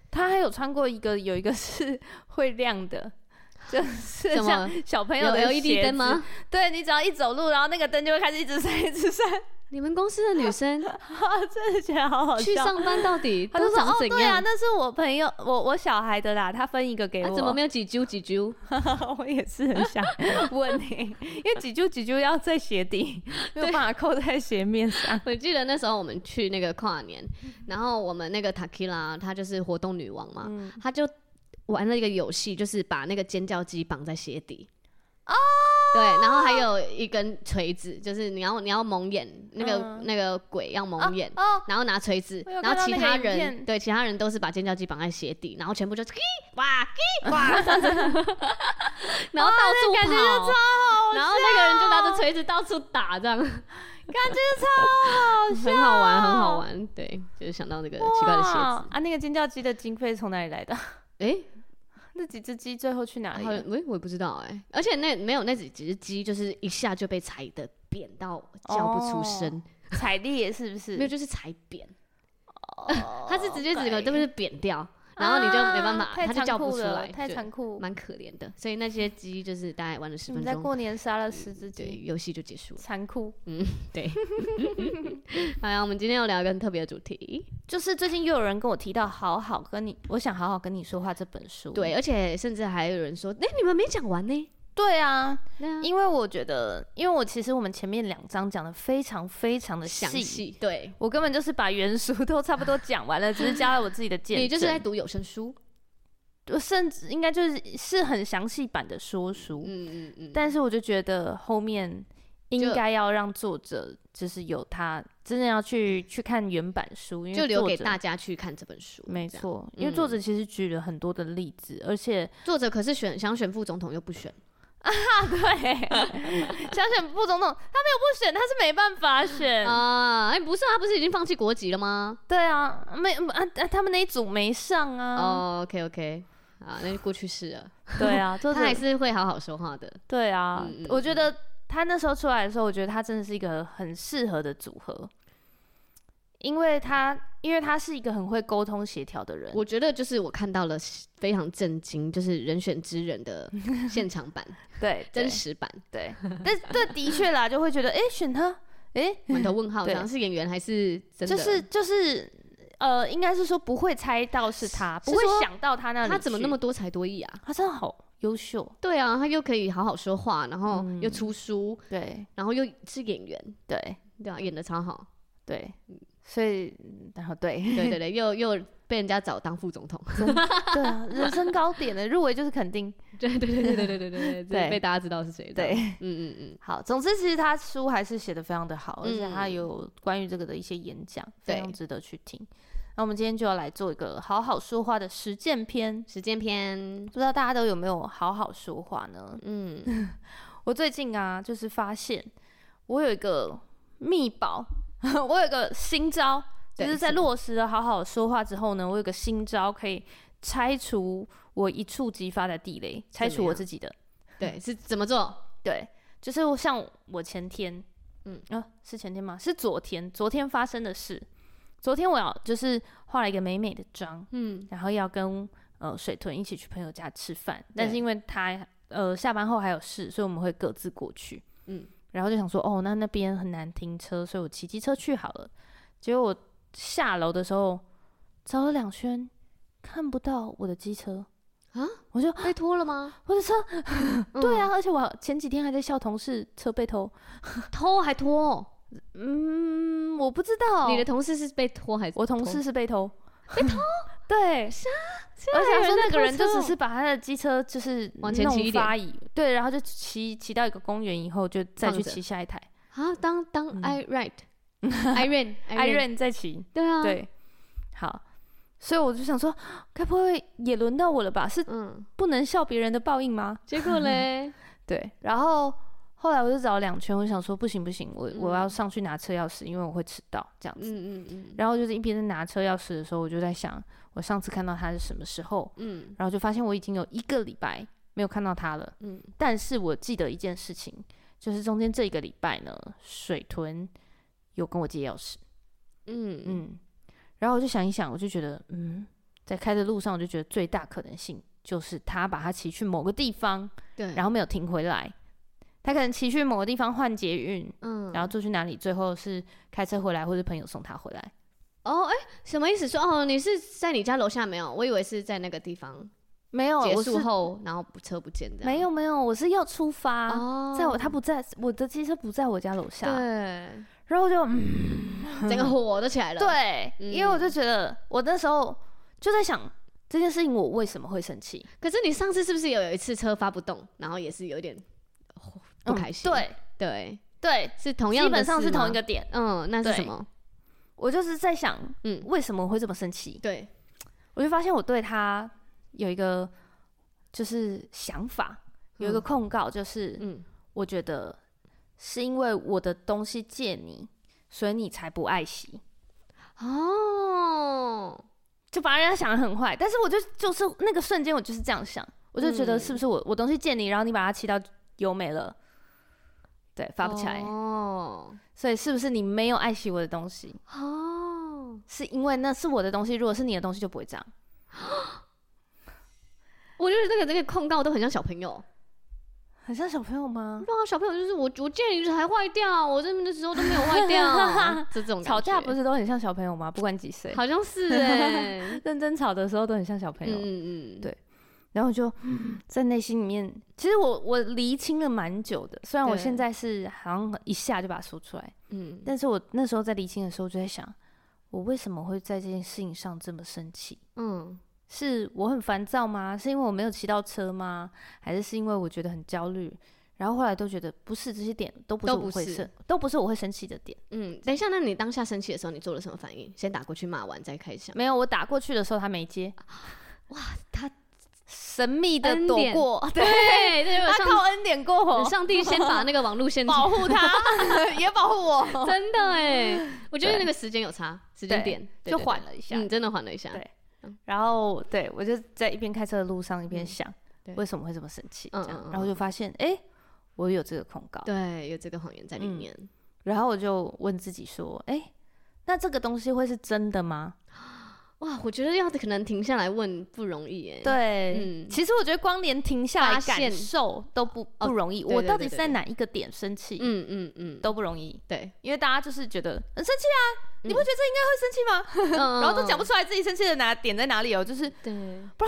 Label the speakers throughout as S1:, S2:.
S1: 他还有穿过一个，有一个是会亮的，就是
S2: 什
S1: 像
S2: 么
S1: 小朋友
S2: 有
S1: 的
S2: LED
S1: 鞋
S2: 灯
S1: 子
S2: 吗？
S1: 对你只要一走路，然后那个灯就会开始一直闪，一直闪， 哦
S2: 你们公司的女生
S1: 真的觉得 好好
S2: 去
S1: 笑。
S2: 上班到底
S1: 他就
S2: 都
S1: 说：“哦
S2: 长，怎
S1: 对啊，
S2: 样？
S1: 那是我朋友，我我小孩的啦，他分一个给我。
S2: 啊怎么没有几揪几揪？
S1: 我也是很想问你，因为几揪几揪要在鞋底，没有办法扣在鞋面 上。
S2: 我记得那时候我们去那个跨年，然后我们那个 Takila 她就是活动女王嘛，
S1: 嗯
S2: 她就玩了一个游戏，就是把那个尖叫鸡绑在鞋底。
S1: 哦
S2: 对，然后还有一根锤子，就是你要你要蒙眼，那个、
S1: 嗯
S2: 那个鬼要蒙眼，
S1: 哦，
S2: 然后拿锤子，
S1: 我有
S2: 然后
S1: 看
S2: 其
S1: 到那个
S2: 他
S1: 影
S2: 人
S1: 片
S2: 对其他人都是把尖叫鸡绑在鞋底，然后全部 就叽哇叽哇这样子， 然后到处
S1: 感觉就超
S2: 跑，
S1: 好笑，
S2: 然后那个人就拿着锤子到处打这样。
S1: 感哦觉超好笑，
S2: 嗯很好玩，很好玩。对，就是想到那个奇怪的鞋
S1: 哇
S2: 子。
S1: 啊！那个尖叫鸡的经费从哪里来的？
S2: 诶，
S1: 那几只鸡最后去哪里啊
S2: 好，
S1: 了？
S2: 喂，我也不知道哎、而且那没有那几只鸡，就是一下就被踩的扁到叫不出
S1: 哦
S2: 声，
S1: 踩裂是不
S2: 没有
S1: 是？
S2: 就是踩扁，
S1: 哦
S2: 它是直接整个
S1: 怪
S2: 都被扁掉，然后你就没办
S1: 啊
S2: 法，
S1: 太
S2: 它就
S1: 残
S2: 叫不
S1: 酷
S2: 出
S1: 了
S2: 来，
S1: 太
S2: 对
S1: 残酷。
S2: 蛮可怜的。所以那些鸡就是大概玩了十
S1: 你们
S2: 分
S1: 在
S2: 钟，
S1: 过年杀了十只
S2: 对，
S1: 鸡，
S2: 游戏就结束了。
S1: 残酷。
S2: 对， 好呀，我们今天要聊一个很特别的主题。
S1: 就是最近又有人跟我提到《好好跟你我想好好跟你说话》这本书。
S2: 对，啊而且甚至还有人说，哎、你们没讲完呢。
S1: 对啊，
S2: 对啊，
S1: 因为我觉得，因为我其实我们前面两章讲的非常非常的
S2: 详
S1: 细，
S2: 细对，
S1: 我根本就是把原书 都差不多讲完了，只是加了我自己的见
S2: 你
S1: 解。
S2: 就是在读有声书，
S1: 我甚至应该就是是很详细版的说书，
S2: 嗯嗯嗯，
S1: 但是我就觉得后面应
S2: 就
S1: 该要让作者就是有他真的要去去看原版书，因为
S2: 就留
S1: 作
S2: 给
S1: 者
S2: 大家去看这本书。
S1: 没
S2: 这样，嗯
S1: 错，因为作者其实举了很多的例子，而 且
S2: 作者可是选想选副总统又不选，
S1: 对，想选副总统，他没有不选，他是没办法选。
S2: 啊，哎，不是啊，他不是已经放弃国籍了吗
S1: 哦对啊，没啊啊，他们那一组没上啊。
S2: 哦，OK OK，啊，那就过去式了，
S1: 对 啊，作
S2: 他
S1: 者
S2: 还是会好好说话的。
S1: 对啊，
S2: 嗯嗯
S1: 我觉得他那时候出来的时候，我觉得他真的是一个很适合的组合，因为他因为他是一个很会沟通协调的人。
S2: 我觉得就是我看到了非常震惊，就是《人选之人》 的现场版、
S1: 对，
S2: 真实版，
S1: 对，但这的确啦，就会觉得哎、诶选他，哎、
S2: 满头问号，
S1: 对
S2: 想是演员还是真
S1: 就
S2: 的？
S1: 是就是呃，应该是说不会猜到是他，
S2: 是
S1: 不会
S2: 说
S1: 想到他那里。
S2: 他怎么那么？多才多艺啊？
S1: 他真的好优秀。
S2: 对啊，他又可以好好说话，然后
S1: 嗯
S2: 又出书，
S1: 对
S2: 然后又是演员，
S1: 对
S2: 对啊，演的超好。
S1: 对，所以嗯然后对
S2: 对对对，又又被人家找当副总统。
S1: 对啊，人生高点的入围就是肯定
S2: 对对对对对对对 对对，
S1: 对
S2: 被大家知道是谁。这样，
S1: 对。
S2: 嗯嗯嗯，
S1: 好，总之其实他书还是写的非常的好，而且他
S2: 嗯
S1: 有关于这个的一些演讲，非
S2: 对
S1: 常值得去听。那我们今天就要来做一个好好说话的实践篇，
S2: 时间篇，
S1: 不知道大家都有没有好好说话呢？
S2: 嗯，
S1: 我最近啊，就是发现我有一个秘宝， 我有个新招，就
S2: 对
S1: 是在
S2: 什么
S1: 落实了好好说话之后呢，我有个新招可以拆除我一触即发的地雷，拆
S2: 怎么
S1: 除我
S2: 样
S1: 自己的。
S2: 对，是怎么做？
S1: 对，就是我像我前天，
S2: 嗯
S1: 嗯啊，是前天吗？是昨天，昨天发生的事。昨天我要就是画了一个美美的妆，
S2: 嗯，
S1: 然后要跟呃水豚一起去朋友家吃饭，但是
S2: 对
S1: 因为他呃下班后还有事，所以我们会各自过去。
S2: 嗯
S1: 嗯，然后就想说，哦，那那边很难停车，所以我骑机车去好了。结果我下楼的时候走了两圈，看不到我的机车
S2: 啊，
S1: 我就
S2: 被拖了吗？
S1: 我的车，对
S2: 啊，
S1: 啊，而且我前几天还在笑同事车被偷，
S2: 偷还拖哦，
S1: 嗯，我不知道，
S2: 你的同事是被拖还是？
S1: 我同事是被偷，被偷， 对，
S2: 啊
S1: 而且他
S2: 有
S1: 说
S2: 人在
S1: 那个
S2: 偷
S1: 人就
S2: 车
S1: 只
S2: 哦
S1: 是把他的机车就是
S2: 往前骑一
S1: 弄
S2: 点
S1: 发移，对，然后就骑骑到一个公园以后，就再
S2: 放
S1: 去
S2: 着
S1: 骑下一台，
S2: 啊，当当
S1: 嗯
S2: I right Irene
S1: 艾瑞再骑，
S2: 对哎啊，，
S1: 对，好，所以我就想说，该不会也轮到我了吧？是
S2: 嗯，
S1: 不能笑别人的报应吗？
S2: 结果嘞，
S1: 对，然后后来我就找了两圈，我就想说不行不行，我我要
S2: 嗯
S1: 上去拿车钥匙，因为我会迟到这样子。
S2: 嗯嗯嗯
S1: 然后就是一边在拿车钥匙的时候，我就在想，我上次看到他是什么时候？
S2: 嗯
S1: 然后就发现我已经有一个礼拜没有看到他了。
S2: 嗯，
S1: 但是我记得一件事情，就是中间这一个礼拜呢，水豚有跟我借钥匙，
S2: 嗯嗯，
S1: 嗯，然后我就想一想，我就觉得，嗯，在开的路上，我就觉得最大可能性就是他把它骑去某个地方，
S2: 对，
S1: 然后没有停回来，他可能骑去某个地方换捷运，
S2: 嗯，
S1: 然后坐去哪里，最后是开车回来，或者朋友送他回来，
S2: 哦，哎，什么意思？说哦，你是在你家楼下没有？我以为是在那个地方
S1: 没有，
S2: 结
S1: 我
S2: 束
S1: 是
S2: 后，然后不车不见这样。
S1: 没有没有，我是要出发，
S2: 哦，
S1: 在我他不在我的机车不在我家楼下，
S2: 对，
S1: 然后我就嗯。
S2: 整 个火都起来了。，
S1: 对，因为我就
S2: 嗯
S1: 觉得我那时候就在想这件事情，我为什么会生气？
S2: 可是你上次是不是有有一次车发不动，然后也是有点哦不
S1: 嗯
S2: 开心？
S1: 对
S2: 对，
S1: 对，
S2: 是同样
S1: 基
S2: 的，
S1: 本上是同一。个点。
S2: 嗯，那是
S1: 对
S2: 什么？
S1: 我就是在想，
S2: 嗯
S1: 为什么我会这么生气？
S2: 对，
S1: 我就发现我对他有一个就是想法，有一个
S2: 嗯
S1: 控告，就是
S2: 嗯，
S1: 我觉得是因为我的东西借你，所以你才不爱惜。
S2: 哦，
S1: 就把人家想的很坏，但是我就就是那个瞬间，我就是这样想，我就觉得是不是我、我东西借你，然后你把它骑到油没了，对，发不起来，
S2: 哦，
S1: 所以是不是你没有爱惜我的东西？
S2: 哦，
S1: 是因为那是我的东西，如果是你的东西就不会这样。
S2: 我觉得那个那个控告都很像小朋友。
S1: 很像小朋友吗？
S2: 对啊，小朋友就是我，我见你才坏掉，我这边的时候都没有坏掉， 就这种感觉
S1: 吵架不是都很像小朋友吗？不管几岁，
S2: 好 像是哎、嗯
S1: 认真吵的时候都很像小朋友。
S2: 嗯嗯，
S1: 对然后我就在内心里面，其实我我厘清了蛮久的，虽然我
S2: 对
S1: 现在是好像一下就把它说出来，
S2: 嗯，
S1: 但是我那时候在厘清的时候，就在想，我为什么会在这件事情上这么生气？
S2: 嗯，
S1: 是我很烦躁吗？是因为我没有骑到车吗？还是是因为我觉得很焦虑？然后后来都觉得不是这些点都不是
S2: 都不
S1: 我会
S2: 是
S1: 生，都不是我会生气的点。
S2: 嗯，等一下，那你当下生气的时候，你做了什么反应？先打过去骂完再开始想。
S1: 没有，我打过去的时候他没接，
S2: 啊哇，他
S1: 神秘的
S2: 恩
S1: 躲
S2: 典
S1: 过， 对，
S2: 对，这
S1: 他
S2: 就
S1: 靠
S2: 有
S1: 恩典过
S2: 上
S1: 火，
S2: 上帝先把那个网 路先
S1: 保护 他，也保护我，
S2: 真的哎， 我觉得
S1: 对
S2: 那个时间有差，时间
S1: 对
S2: 点对
S1: 就
S2: 对
S1: 缓
S2: 对
S1: 了一下。
S2: 嗯，真的缓了一下。
S1: 对然后对我就在一边开车的路上一边
S2: 嗯
S1: 想
S2: 对，
S1: 为什么会这么生气？这
S2: 嗯嗯
S1: 样
S2: 嗯，
S1: 然后就发现，哎，我有这个控告。
S2: 对，有这个谎言在里
S1: 嗯
S2: 面。
S1: 然后我就问自己说：“哎、那这个东西会是真的吗？
S2: 哇，我觉得要可能停下来问不容易哎。，
S1: 对，
S2: 嗯
S1: 其实我觉得光连停下来
S2: 发现
S1: 感受都不
S2: 哦
S1: 不容易，
S2: 对
S1: 我
S2: 对
S1: 到底
S2: 对对
S1: 是在哪一个点生气、
S2: 嗯嗯嗯，
S1: 都不容易，
S2: 对，
S1: 因为大家就是觉得很生气啊，你
S2: 嗯
S1: 不觉得这应该会生气吗？
S2: 然
S1: 然后都讲不
S2: 出
S1: 出来自己生气的哪点在哪里哦，就是
S2: 嗯对，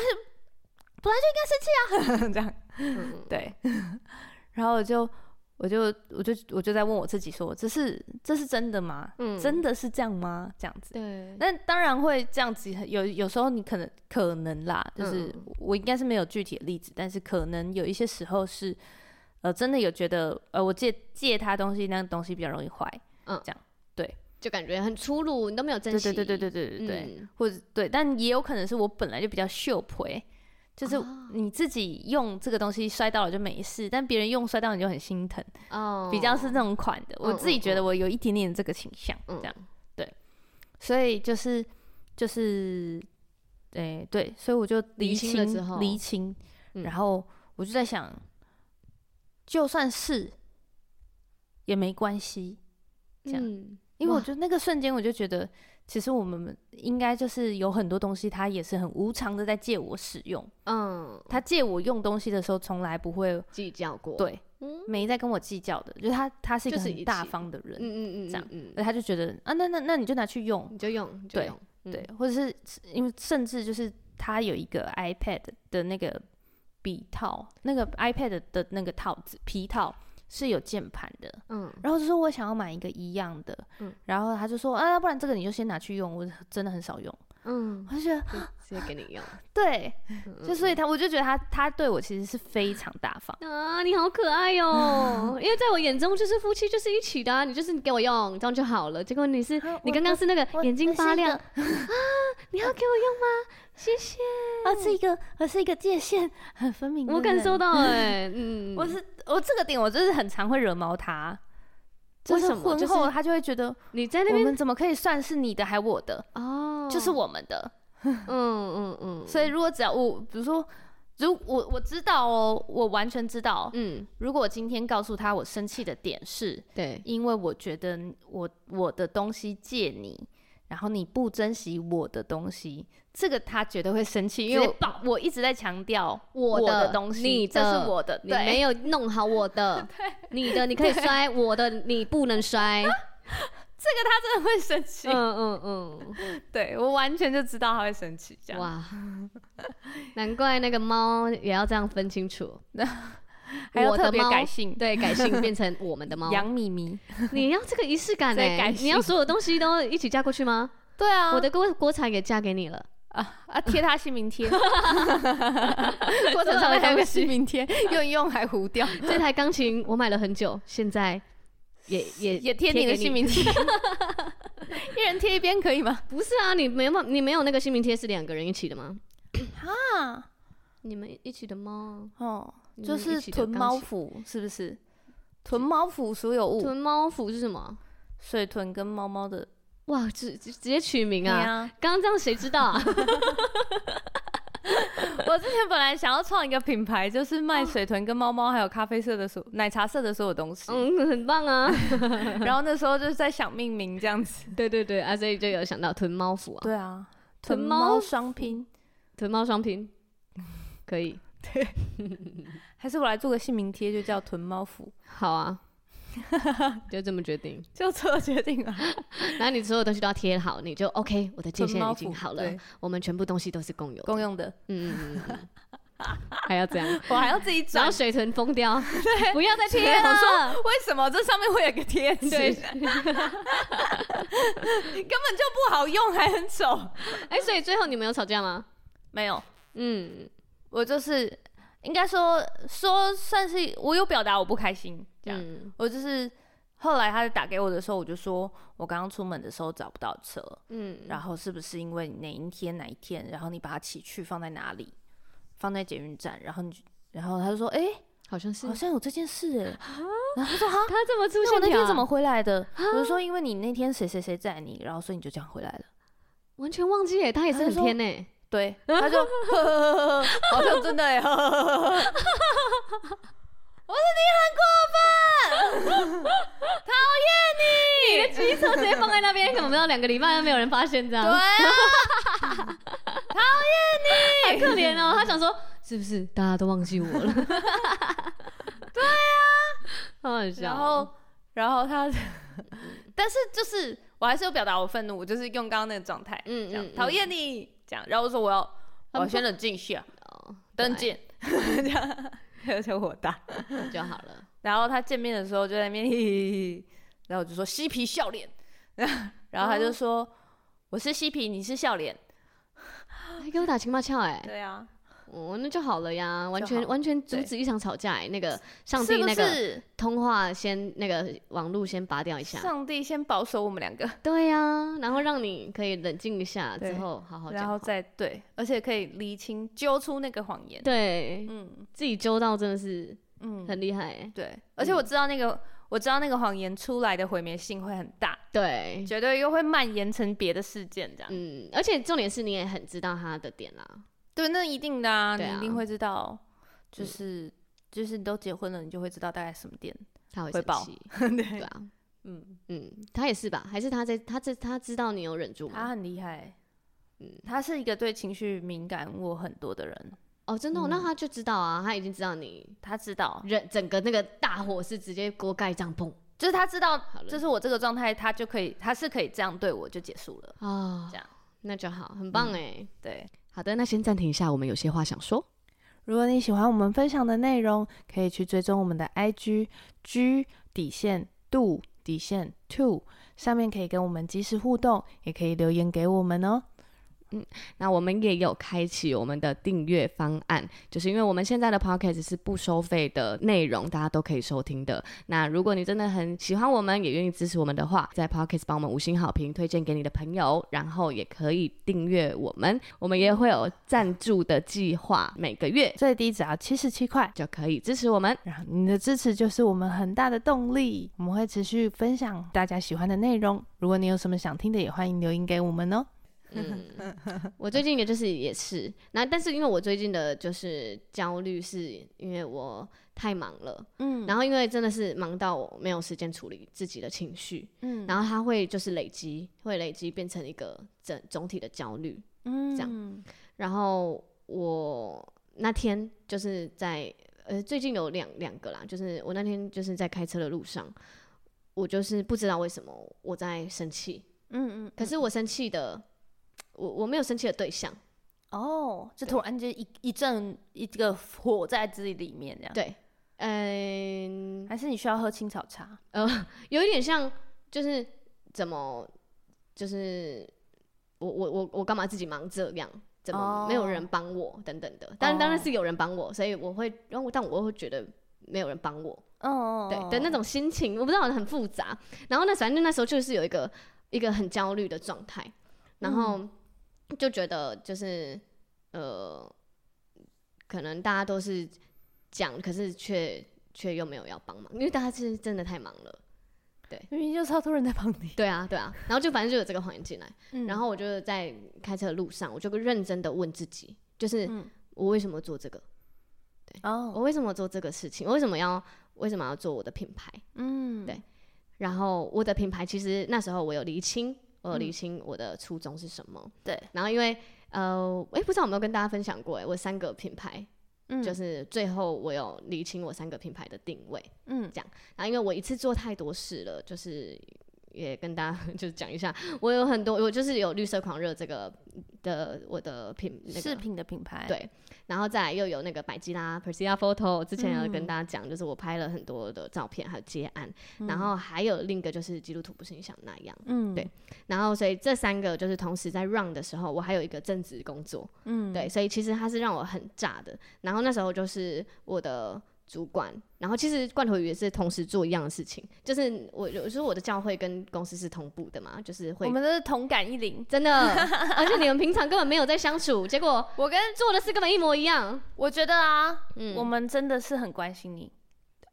S1: 这样
S2: 嗯
S1: 对， 然后我就我就我就我就在问我自己说，这是这是真的吗？
S2: 嗯
S1: 真的是这样吗？这样子。
S2: 对，
S1: 那当然会这样子，有有时候你可能可能啦，就是
S2: 嗯
S1: 我应该是没有具体的例子，但是可能有一些时候是，呃，真的有觉得，呃，我借借他东西，那东西比较容易坏，
S2: 就感觉很粗鲁，你都没有
S1: 对
S2: 珍惜。
S1: 对对对对对对对，
S2: 嗯
S1: 或者对，但也有可能是我本来就比较秀皮，就是
S2: 哦
S1: 你自己用这个东西摔到了就没事，但别人用摔到你就很心疼，
S2: 哦，
S1: 比较是那种款的。我
S2: 嗯
S1: 自己
S2: 嗯
S1: 觉得
S2: 嗯
S1: 我有一点点这个倾向，
S2: 嗯
S1: 这样对，所以就是就是，哎、对，所以我就
S2: 厘
S1: 厘
S2: 清了之后
S1: 厘清，
S2: 嗯
S1: 然后我就在想，就算是也没关系，这样
S2: 嗯
S1: 因为我
S2: 哇
S1: 觉得那个瞬间我就觉得，其实我们应该就是有很多东西，它也是很无偿的在借我使用，
S2: 嗯，
S1: 他借我用东西的时候，从来不会
S2: 计较过。，
S1: 对
S2: 嗯
S1: 没在跟我计较的，就是他他是一个
S2: 就是
S1: 很
S2: 一
S1: 大
S2: 起
S1: 方的人，
S2: 嗯嗯嗯，
S1: 这样
S2: 嗯，
S1: 而
S2: 嗯
S1: 他就觉得啊，那那那你就拿去用，
S2: 你就用，你就
S1: 对
S2: 用，嗯
S1: 对，或者是因为甚至就是他有一个 iPad 的那个笔套，那个 iPad 的那个套子皮套是有键盘的，
S2: 嗯
S1: 然后就说我想要买一个一样的，
S2: 嗯
S1: 然后他就说啊，不然这个你就先拿去用，我真的很少用，
S2: 嗯，
S1: 我就觉得
S2: 就直接
S1: 嗯
S2: 给你用，
S1: 对，
S2: 嗯
S1: 就所以他我就觉得他他对我其实是非常大方，
S2: 啊，你好可爱哟、 因为在我眼中，就是夫妻就是一起的、啊，你就是你给我用，这样就好了。结果你是
S1: 啊
S2: 你
S1: 我
S2: 刚刚是那个
S1: 我
S2: 眼睛
S1: 我是
S2: 发
S1: 一
S2: 亮啊
S1: 个，
S2: 你要给我用吗？谢谢，
S1: 嗯而是一个而是一个界限很分明的人，
S2: 我感受到哎、嗯，
S1: 我是我这个点，我就是很常会惹毛他。就
S2: 为
S1: 是
S2: 什么就
S1: 婚
S2: 是
S1: 后他就会觉得
S2: 你在那
S1: 我
S2: 边
S1: 们怎么可以算是你的还我的，
S2: 哦，
S1: 就是，我们的。
S2: 嗯嗯嗯，
S1: 所以如果只要我，比如说，如我我知道哦，我完全知道。
S2: 嗯，
S1: 如果我今天告诉他我生气的点是
S2: 对，
S1: 因为我觉得我我的东西借你，然后你不珍惜我的东西，这个他绝对会生气，因为
S2: 直接爆
S1: 我我一直在强调
S2: 我的
S1: 的东西，
S2: 你
S1: 这
S2: 的
S1: 是我的，
S2: 你
S1: 对
S2: 没有弄好 我的，你的你可以摔，我的你不能摔，
S1: 他真的会生气。
S2: 嗯嗯
S1: 对我完全就知道他会生气，这
S2: 嗯，
S1: 样
S2: 哇，难怪那个猫也要这样分清楚，
S1: 还要
S2: 我的
S1: 特别
S2: 猫
S1: 改姓
S2: 对，改姓变成我们的猫，
S1: 杨米米。
S2: 你要这个仪式感
S1: 再
S2: 哎、
S1: 改
S2: 你要
S1: 姓
S2: 所有东西都一起嫁过去吗？
S1: 对啊，
S2: 我的郭郭采也嫁给你了，
S1: 啊啊贴他姓名 贴，过程上面还有个姓名贴，用一用还糊掉，
S2: 这台钢琴我买了很久，现在 也也
S1: 也贴
S2: 给
S1: 你的姓，名 贴，一人贴一边可以吗？
S2: 不是啊？你没有你没有那个姓名贴是两个人一起的吗？
S1: 啊，
S2: 你们一起的吗？
S1: 哦，
S2: 你
S1: 就
S2: 们一
S1: 是
S2: 起的
S1: 囤
S2: 钢
S1: 猫
S2: 琴
S1: 服是不是？囤猫服所有物，
S2: 囤猫服是什么？
S1: 水豚跟猫猫的
S2: 哇，直直直接取名啊！
S1: 呀。
S2: 刚刚这样谁知道啊？
S1: 我之前本来想要创一个品牌，就是卖水豚跟猫猫，还有咖啡色的所奶茶色的所有东西。
S2: 嗯，很棒啊！
S1: 然后那时候就是在想命名这样子。
S2: 对对对啊，所以就有想到囤猫服啊，
S1: 对啊，
S2: 囤
S1: 囤
S2: 猫
S1: 猫双拼，
S2: 囤猫双拼，可以，
S1: 还是我来做个姓名贴，就叫囤猫服，
S2: 好 啊，就这么决定。
S1: 就做决定啊了。
S2: 然后你所有东西都要贴好，你就 OK，我的界
S1: 囤
S2: 限
S1: 猫
S2: 已
S1: 服
S2: 经好了
S1: 对，
S2: 我们全部东西都是共有 的，
S1: 公用的，
S2: 嗯嗯嗯 嗯，还要这样，
S1: 我还要自己
S2: 然
S1: 转啊
S2: 后。水豚疯掉，不要再贴
S1: 我
S2: 了，
S1: 说为什么这上面会有个贴纸？
S2: 对
S1: 根本就不好用，还很丑。
S2: 哎，所以最后你们有吵架吗？
S1: 没有，
S2: 嗯，
S1: 我就是应该说说算是我有表达我不开心这样。
S2: 嗯
S1: 我就是后来他打给我的时候，我就说我刚刚出门的时候找不到车，
S2: 嗯，
S1: 然后是不是因为你哪一天哪一天，然后你把它骑去放在哪里，放在捷运站，然后你就，然后他就说，哎、
S2: 好像是
S1: 好像有这件事哎、
S2: 他怎么出
S1: 那我
S2: 现
S1: 那
S2: 条
S1: 天
S2: 啊
S1: 怎么回来的？我就说因为你那天谁谁谁载你，然后所以你就这样回来了。
S2: 完全忘记耶？他也是
S1: 他
S2: 很
S1: 就说
S2: 天 呢，
S1: 对，他就 呵呵呵呵，好像真的 哎、呵呵呵呵呵我说你很过分，讨厌你，
S2: 机车直接放在那边，可能不到两个礼拜都没有人发现这样。
S1: 对啊，
S2: 好可怜哦。他想说，是不是大家都忘记我了？ 对呀、啊，好好笑。
S1: 然后，然后他，嗯但是就是我还是有表达我愤怒，我就是用刚刚那个状态，
S2: 嗯
S1: 这样
S2: 嗯，
S1: 讨厌你这样，然后我说我要
S2: 他们
S1: 我先冷静一下，
S2: 嗯
S1: 等见， 这样 而且火大。
S2: 对就好了。
S1: 然后他见面的时候就在那边嘿嘿嘿嘿，然后我就说嬉皮笑脸， 然后他就说、我是嬉皮，你是笑脸，
S2: 还给我打情骂俏哎、
S1: 对啊，
S2: 哦，那就好了呀，完
S1: 就
S2: 全
S1: 好
S2: 完全阻
S1: 对
S2: 止一场吵架哎、那个上
S1: 是
S2: 帝
S1: 不
S2: 那个
S1: 是？
S2: 通话先那个网路先拔掉一下，
S1: 上帝先保守我们两个，
S2: 对呀、然后让你可以冷静一下，之
S1: 对
S2: 后好好讲
S1: 然
S2: 话，
S1: 后再对，而且可以厘清揪出那个谎言，
S2: 对、
S1: 嗯
S2: 自己揪到真的是
S1: 嗯，
S2: 很厉害、欸，
S1: 对，而且我知道那个。我知道那个谎言出来的毁灭性会很大，
S2: 对，
S1: 绝对又会蔓延成别的事件，这样、
S2: 嗯，而且重点是你也很知道他的点啦，
S1: 对，那一定的啊，
S2: 对
S1: 你
S2: 啊嗯
S1: 一定会知道，就是、就是你都结婚了，你就会知道大概什么点，
S2: 他会
S1: 会
S2: 生
S1: 爆
S2: 气，对
S1: 对，
S2: 啊，
S1: 嗯，
S2: 嗯，他也是吧？还是他在他这他知道你有忍住
S1: 他
S2: 吗？
S1: 很厉害，
S2: 嗯
S1: 他是一个对情绪敏感我很多的人，
S2: 哦，真
S1: 嗯
S2: 的哦、那他就知道啊，他已经知道你
S1: 他知道，
S2: 忍整个那个大火是直接锅盖这样砰
S1: 就是他知道
S2: 好，了
S1: 就是我这个状态，他就可以，他是可以这样对我就结束了，
S2: 啊，
S1: 这样嗯
S2: 那就好，很棒哎、
S1: 对。
S2: 好的，那先暂停一下，我们有些话想说。
S1: 如果你喜欢我们分享的内容，可以去追踪我们的 IG G 底线 do 底线 two，上面可以跟我们及时互动，也可以留言给我们哦。
S2: 那我们也有开启我们的订阅方案，就是因为我们现在的 podcast 是不收费的内容，大家都可以收听的。那如果你真的很喜欢我们，也愿意支持我们的话，在 podcast 帮我们五星好评，推荐给你的朋友，然后也可以订阅我们。我们也会有赞助的计划，每个月
S1: 最低只要七十七块，
S2: 就可以支持我们。
S1: 然后你的支持就是我们很大的动力，我们会持续分享大家喜欢的内容。如果你有什么想听的，也欢迎留言给我们哦。
S2: 嗯，我最近也就是也是，那但是因为我最近的就是焦虑，是因为我太忙了，
S1: 嗯
S2: 然后因为真的是忙到我没有时间处理自己的情绪，
S1: 嗯
S2: 然后它会就是累积，会累积变成一个整总体的焦虑。
S1: 嗯
S2: 这
S1: 样，
S2: 然后我那天就是在呃最近有两两个啦，就是我那天就是在开车的路上，我就是不知道为什么我在生气，
S1: 嗯嗯，
S2: 可是我生气的，我我没有生气的对象，
S1: 哦，就突然间一一阵一个火在自己里面这样，
S2: 对，嗯、
S1: 还是你需要喝青草茶？
S2: 有一点像，就是怎么，就是我我我我干嘛自己忙这样？怎么
S1: 哦
S2: 没有人帮我等等的？当然当然
S1: 哦
S2: 是有人帮我，所以我会，然后但我会觉得没有人帮我，
S1: 哦，
S2: 对的那种心情，我不知道很复杂。然后呢，反正那时候就是有一个一个很焦虑的状态，然后
S1: 嗯
S2: 就觉得就是呃，可能大家都是讲，可是却却又没有要帮忙，因为大家是真的太忙了。
S1: 明明就是好多人在帮 你，
S2: 对啊，对啊，然后就反正就有这个谎言进来，
S1: 嗯
S2: 然后我就在开车的路上，我就认真的问自己，就是、
S1: 嗯
S2: 我为什么做这个？
S1: 哦，
S2: 我为什么做这个事情？我为什么要为什么要做我的品牌？
S1: 嗯，
S2: 对然后我的品牌其实那时候我有厘清，我有
S1: 嗯
S2: 厘清我的初衷是什么。
S1: 对，
S2: 然后因为呃，哎，不知道有没有跟大家分享过、诶我三个品牌，
S1: 嗯
S2: 就是最后我有厘清我三个品牌的定位。
S1: 嗯
S2: 然后因为我一次做太多事了，就是也跟大家 就是讲一下，我有很多，我就是有绿色狂热这个的我的品那
S1: 饰
S2: 个。
S1: 品的品牌，
S2: 对然后再来又有那个百吉拉 Persea Photo，之前有跟
S1: 嗯
S2: 大家讲，就是我拍了很多的照片，还有接案，然后还有另一个就是基督徒不是你想那样，
S1: 嗯，
S2: 对然后所以这三个就是同时在 run 的时候，我还有一个正职工作，
S1: 嗯，
S2: 对，所以其实他是让我很炸的。然后那时候就是我的主管，然后其实罐头鱼也是同时做一样的事情，就是我我说我的教会跟公司是同步的嘛，就是
S1: 我
S2: 会
S1: 们都是同感一零。
S2: 真的，而且你们平常根本没有在相处，结果
S1: 我跟
S2: 做的事根本一模一样。
S1: 我觉得啊，
S2: 嗯，
S1: 我们真的是很关心你，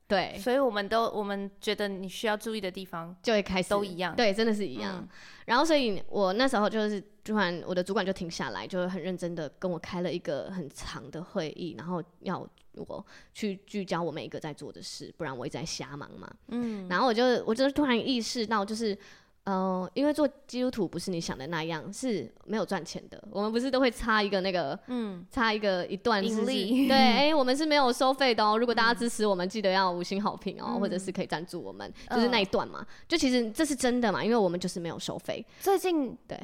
S2: 对
S1: 所以我们都我们觉得你需要注意的地方
S2: 就会开始
S1: 都一样，
S2: 对，真的是一样。
S1: 嗯
S2: 然后，所以我那时候就是突然我的主管就停下来，就很认真的跟我开了一个很长的会议，然后要我去聚焦我每一个在做的事，不然我一直在瞎忙嘛。
S1: 嗯
S2: 然后我就我就突然意识到，就是嗯、因为做基督徒不是你想的那样，是没有赚钱的。我们不是都会插一个那个
S1: 嗯，
S2: 插一个一段
S1: 盈
S2: 是不是
S1: 利
S2: 对，哎、我们是没有收费的哦。如果大家支持我们，记得要五星好评哦，
S1: 嗯
S2: 或者是可以赞助我们，就是那
S3: 嗯
S2: 一段嘛。就其实这是真的嘛，因为我们就是没有收 费。
S3: 最近
S2: 对，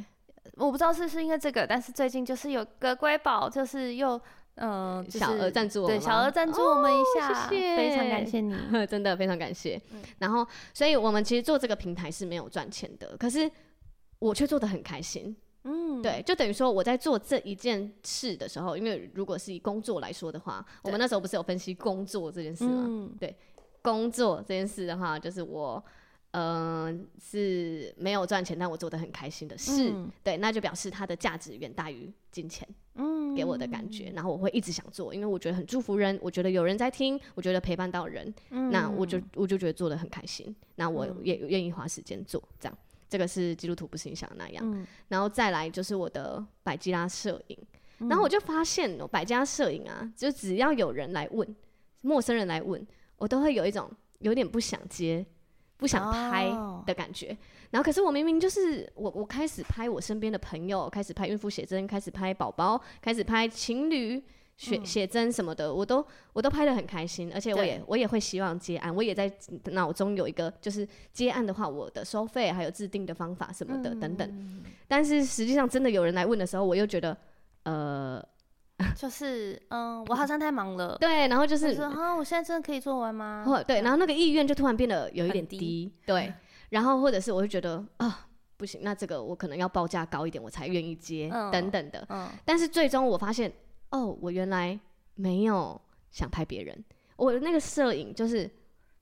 S3: 我不知道是不是因为这个，但是最近就是有个瑰宝，就是又嗯、呃就是
S2: 小额赞助我们
S3: 对
S2: 吗
S3: 小额赞助我们一下，
S2: 谢谢嗯
S3: 非常感谢 你。
S2: 真的非常感谢。
S1: 嗯
S2: 然后，所以我们其实做这个平台是没有赚钱的，可是我却做的很开心。
S3: 嗯，
S2: 对，就等于说我在做这一件事的时候，因为如果是以工作来说的话，我们那时候不是有分析工作这件事吗？
S3: 嗯，
S2: 工作这件事的话，就是我。嗯、是没有赚钱，但我做的很开心的事，
S3: 嗯
S2: 对，那就表示它的价值远大于金钱。
S3: 嗯
S2: 给我的感觉，然后我会一直想做，因为我觉得很祝福人，我觉得有人在听，我觉得陪伴到人，
S3: 嗯
S2: 那我就我就觉得做的很开心，那我也愿意花时间做，这样这个是基督徒不是你想的那样，
S3: 嗯
S2: 然后再来就是我的百吉拉摄影，
S3: 嗯
S2: 然后我就发现哦，百家摄影啊，就只要有人来问，陌生人来问，我都会有一种有点不想接、不想拍
S1: 哦
S2: 的感觉。然后，可是我明明就是我，我开始拍我身边的朋友，开始拍孕妇写真，开始拍宝宝，开始拍情侣写写真什么的，我都我都拍的很开心，而且我
S3: 对
S2: 也我也会希望接案，我也在脑中有一个就是接案的话，我的收费还有制定的方法什么的、
S1: 嗯
S2: 等等。
S3: 等，
S2: 但是实际上真的有人来问的时候，我又觉得，呃，
S3: 就是嗯，我好像太忙 了，
S2: 对，然后就
S3: 就是是，啊，我现在真的可以做完吗？
S2: 或对，然后那个意愿就突然变得有一点
S3: 很低嗯
S2: 对， 然后或者是我就觉得啊，不行，那这个我可能要报价高一点，我才愿意接、
S3: 嗯
S2: 等等的。
S3: 嗯，
S2: 但是最终我发现，哦，我原来没有想拍别人，我那个摄影就是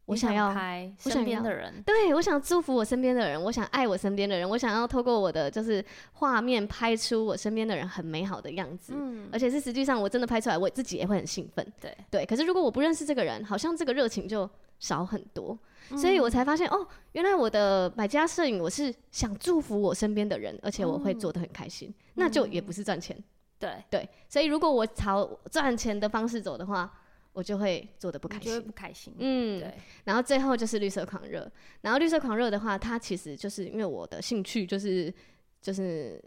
S2: 我
S3: 你
S2: 想要
S3: 拍
S2: 我
S3: 身
S2: 想
S3: 边
S2: 要
S3: 的人，
S2: 对，我想祝福我身边的人，我想爱我身边的人，我想要透过我的就是画面拍出我身边的人很美好的样子，
S3: 嗯
S2: 而且是实际上我真的拍出来，我自己也会很兴奋。
S3: 对
S2: 对，可是如果我不认识这个人，好像这个热情就少很多，所以我
S3: 嗯
S2: 才发现哦，原来我的百家摄影我是想祝福我身边的人，而且我会做的很开心，
S3: 哦
S2: 那就
S3: 嗯
S2: 也不是赚钱。
S3: 对，
S2: 对，所以如果我朝赚钱的方式走的话，我就会做的不
S3: 你
S2: 开
S3: 就会
S2: 心
S3: 不。开心，
S2: 嗯，
S3: 对，
S2: 然后最后就是绿色狂热，然后绿色狂热的话，它其实就是因为我的兴趣就是就是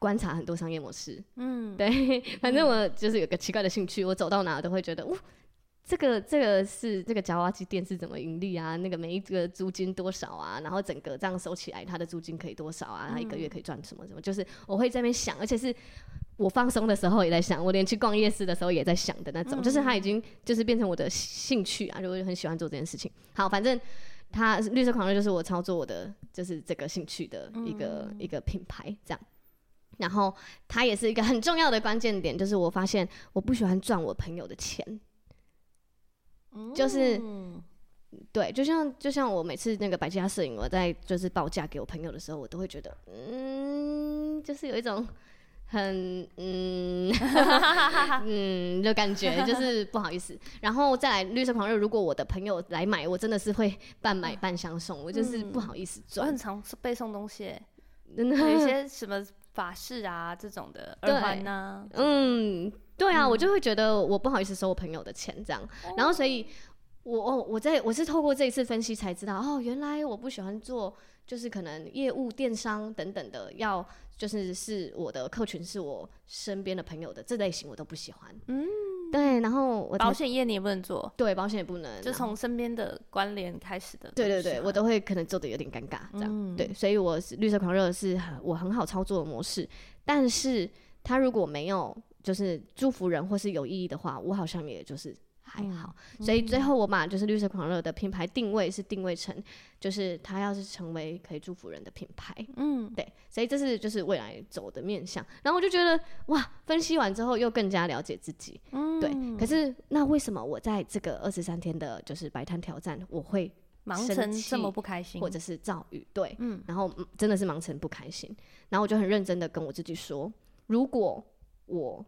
S2: 观察很多商业模式，
S3: 嗯，
S2: 对，反正我就是有个奇怪的兴趣，我走到哪都会觉得，哇，哦这个这个是这个夹娃机店是怎么盈利啊？那个每一个租金多少啊？然后整个这样收起来，它的租金可以多少啊？它一个月可以赚什么什么？就是我会在那边想，而且是。我放松的时候也在想，我连去逛夜市的时候也在想的那种，就是它已经就是变成我的兴趣啊，就我就很喜欢做这件事情。好，反正它绿色狂热就是我操作我的就是这个兴趣的一个、一个品牌这样。然后它也是一个很重要的关键点，就是我发现我不喜欢赚我朋友的钱。就是
S3: 嗯
S2: 对，就像就像我每次那个百家摄影，我在就是报价给我朋友的时候，我都会觉得，嗯，就是有一种很嗯嗯的感觉，就是不好意思。然后再来绿色狂热，如果我的朋友来买，我真的是会半买半相送，我就是不好意思
S3: 我
S2: 赚
S1: 嗯
S3: 很，常是被送东西 耶，
S2: 真的。
S3: 有一些什么法式啊这种的
S2: 对
S3: 耳环啊呐，
S2: 嗯，对啊，我就会觉得我不好意思收我朋友的钱这样，
S3: 哦
S2: 然后所以我，我我在我是透过这一次分析才知道，哦，原来我不喜欢做就是可能业务、电商等等的，要就是是我的客群是我身边的朋友的这类型我都不喜欢，嗯，对，然后我才
S3: 保险业你也不能做，
S2: 对保险也不能，
S3: 就
S2: 然后
S3: 从身边的关联开始的东
S2: 对
S3: 西啊嗯嘛。
S2: 对对，我都会可能做的有点尴尬这样。
S1: 嗯
S2: 对，所以我是绿色狂热是很我很好操作的模式，但是它如果没有就是祝福人或是有意义的话，我好像也就是还好。所以最后我把就是绿色狂热的品牌定位是定位成，就是它要是成为可以祝福人的品牌。
S3: 嗯，
S2: 对，所以这是就是未来走的面向。然后我就觉得哇，分析完之后又更加了解自己。
S3: 嗯
S2: 对，可是那为什么我在这个二十三天的就是白炭挑战，我会
S3: 忙
S2: 生
S3: 成
S2: 气
S3: 这么不开心，
S2: 或者是躁郁，对，
S3: 嗯
S2: 然后嗯真的是忙成不开心，然后我就很认真的跟我自己说，如果我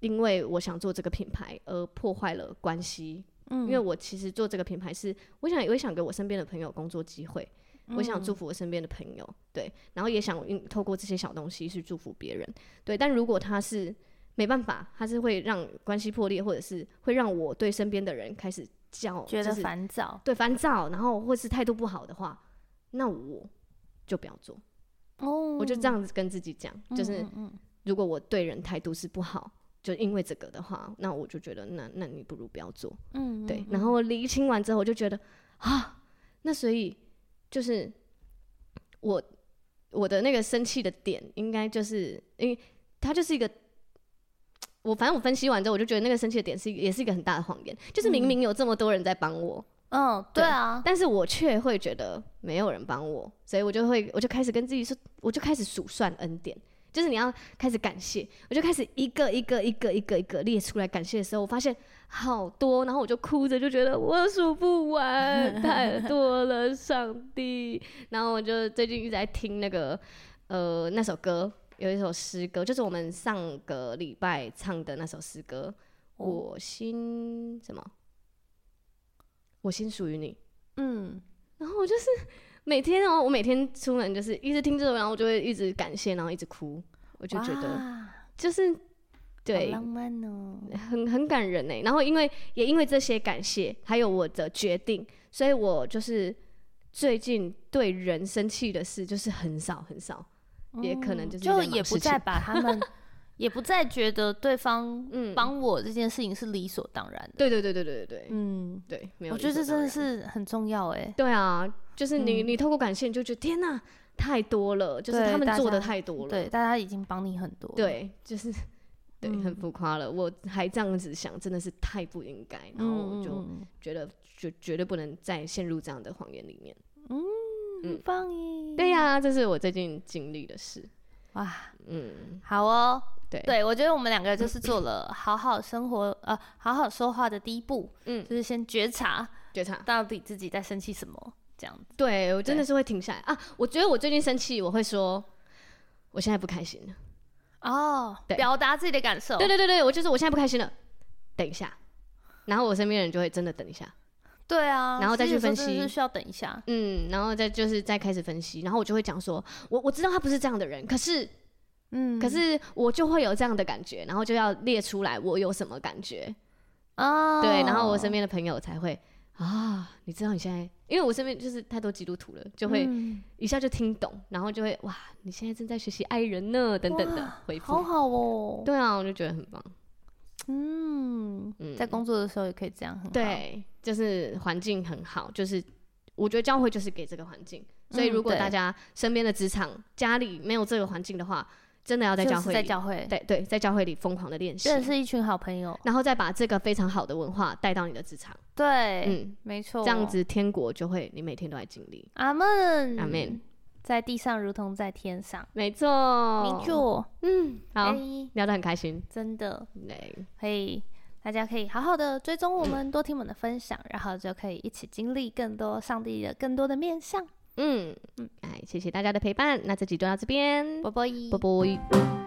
S2: 因为我想做这个品牌而破坏了关系，
S3: 嗯
S2: 因为我其实做这个品牌是我想，我也想给我身边的朋友工作机会，我想
S3: 嗯
S2: 祝福我身边的朋友，对，然后也想用透过这些小东西去祝福别人，对。但如果他是没办法，他是会让关系破裂，或者是会让我对身边的人开始叫，
S3: 觉
S2: 就
S3: 得
S2: 是
S3: 烦躁，
S2: 对烦躁，然后或是态度不好的话，那我就不要做。
S4: 哦
S2: 我就这样子跟自己讲，就是
S4: 嗯嗯嗯
S2: 如果我对人态度是不好，就因为这个的话，那我就觉得那那你不如不要做。
S4: 嗯
S2: 对
S4: 嗯，
S2: 然后厘清完之后，我就觉得啊，那所以就是我我的那个生气的点，应该就是因为它就是一个。我反正我分析完之后，我就觉得那个生气的点是一个也是一个很大的谎言，就是
S4: 嗯
S2: 明明有这么多人在帮我，
S3: 哦
S1: 嗯，对啊，
S2: 但是我却会觉得没有人帮我，所以我就会我就开始跟自己说，我就开始数算恩典，就是你要开始感谢，我就开始一个一个一个一个一个列出来感谢的时候，我发现好多，然后我就哭着就觉得我数不完，太多了，上帝。然后我就最近一直在听那个呃那首歌，有一首诗歌，就是我们上个礼拜唱的那首诗歌，
S4: 哦
S2: 我心什么？我心属于你。
S4: 嗯
S2: 然后我就是每天哦、我每天出门就是一直听这首，然后我就会一直感谢，然后一直哭，我就觉得
S4: 哇
S2: 就是
S4: 好
S2: 对
S4: 浪，漫哦，
S2: 很很感人欸呢。然后因为也因为这些感谢，还有我的决定，所以我就是最近对人生气的事就是很少很少，也可能
S4: 嗯
S2: 就是在
S1: 就
S2: 忙
S1: 也
S2: 事
S1: 不再
S2: 情
S1: 把他 们，也不再觉得对方
S2: 嗯
S1: 帮我这件事情是理所当然的。
S2: 对对对对对对对、
S4: 嗯，
S2: 对，没有
S1: 我
S2: 理
S1: 觉
S2: 所当然。
S1: 得这真的是很重要哎、
S2: 对啊，就是你、
S4: 嗯
S2: 你透过感谢，你就觉得天哪、太多了，就是
S4: 对
S2: 他们
S4: 大
S2: 做的
S4: 家
S2: 太多了，
S1: 对，大家已经帮你很多。，
S2: 对，就是对，很
S4: 嗯
S2: 浮夸了。我还这样子想，真的是太不应该。然后我就
S4: 嗯
S2: 觉得绝绝对不能再陷入这样的谎言里面。
S4: 嗯很棒耶，
S2: 对呀、这是我最近经历的事。
S4: 哇，
S2: 嗯，
S1: 好哦，
S2: 对，
S1: 对我觉得我们两个就是做了好好生活呃好好说话的第一步，
S2: 嗯
S1: 就是先觉察
S2: 觉察。
S1: 到底自己在生气什么，这样子。
S2: 对我真的是会停下来啊！我觉得我最近生气，我会说我现在不开心了。
S1: 哦，
S2: 对
S1: 表达自己的感受。
S2: 对对对对，我就是我现在不开心了，等一下。然后我身边的人就会真的等一下，
S1: 对啊，
S2: 然后再
S1: 其实
S2: 去分
S1: 有时候真的
S2: 析
S1: 是需要等一下。
S2: 嗯，然后再就是再开始分析，然后我就会讲说，我我知道他不是这样的人，可是
S4: 嗯
S2: 可是我就会有这样的感觉，然后就要列出来我有什么感觉，
S1: 哦，
S2: 对，然后我身边的朋友才会啊，你知道你现在，因为我身边就是太多基督徒了，就会
S4: 嗯
S2: 一下就听懂，然后就会哇，你现在正在学习爱人呢，等等的回
S4: 好
S2: 复，
S4: 好哦，
S2: 对啊，我就觉得很棒，
S4: 嗯，
S2: 嗯，
S1: 在工作的时候也可以这样，很好，
S2: 对，就是环境很好，就是我觉得教会就是给这个环境，所以
S1: 嗯
S2: 如果
S1: 对
S2: 大家身边的职场、家里没有这个环境的话，真的要在
S1: 就
S2: 教
S1: 是
S2: 会
S1: 在
S2: 里，
S1: 教会，
S2: 对对，在教会里疯狂的练习，
S1: 认识一群好朋友，
S2: 然后再把这个非常好的文化带到你的职场，
S1: 对，
S2: 嗯，
S1: 没错，
S2: 这样，子天国就会你每天都在经历。
S1: 阿门，
S2: 阿门，
S1: 在地上如同在天上，
S2: 没错，
S1: 没，错，
S2: 嗯，好，
S1: 哎
S2: 聊得很开心，
S1: 真的
S2: 对，
S1: 可以。大家可以好好的追踪我们，多听我们的分享，然后就可以一起经历更多上帝的更多的面向。
S2: 嗯嗯，哎，谢谢大家的陪伴，那这集就到这边，
S1: 啵啵一
S2: 拜。拜。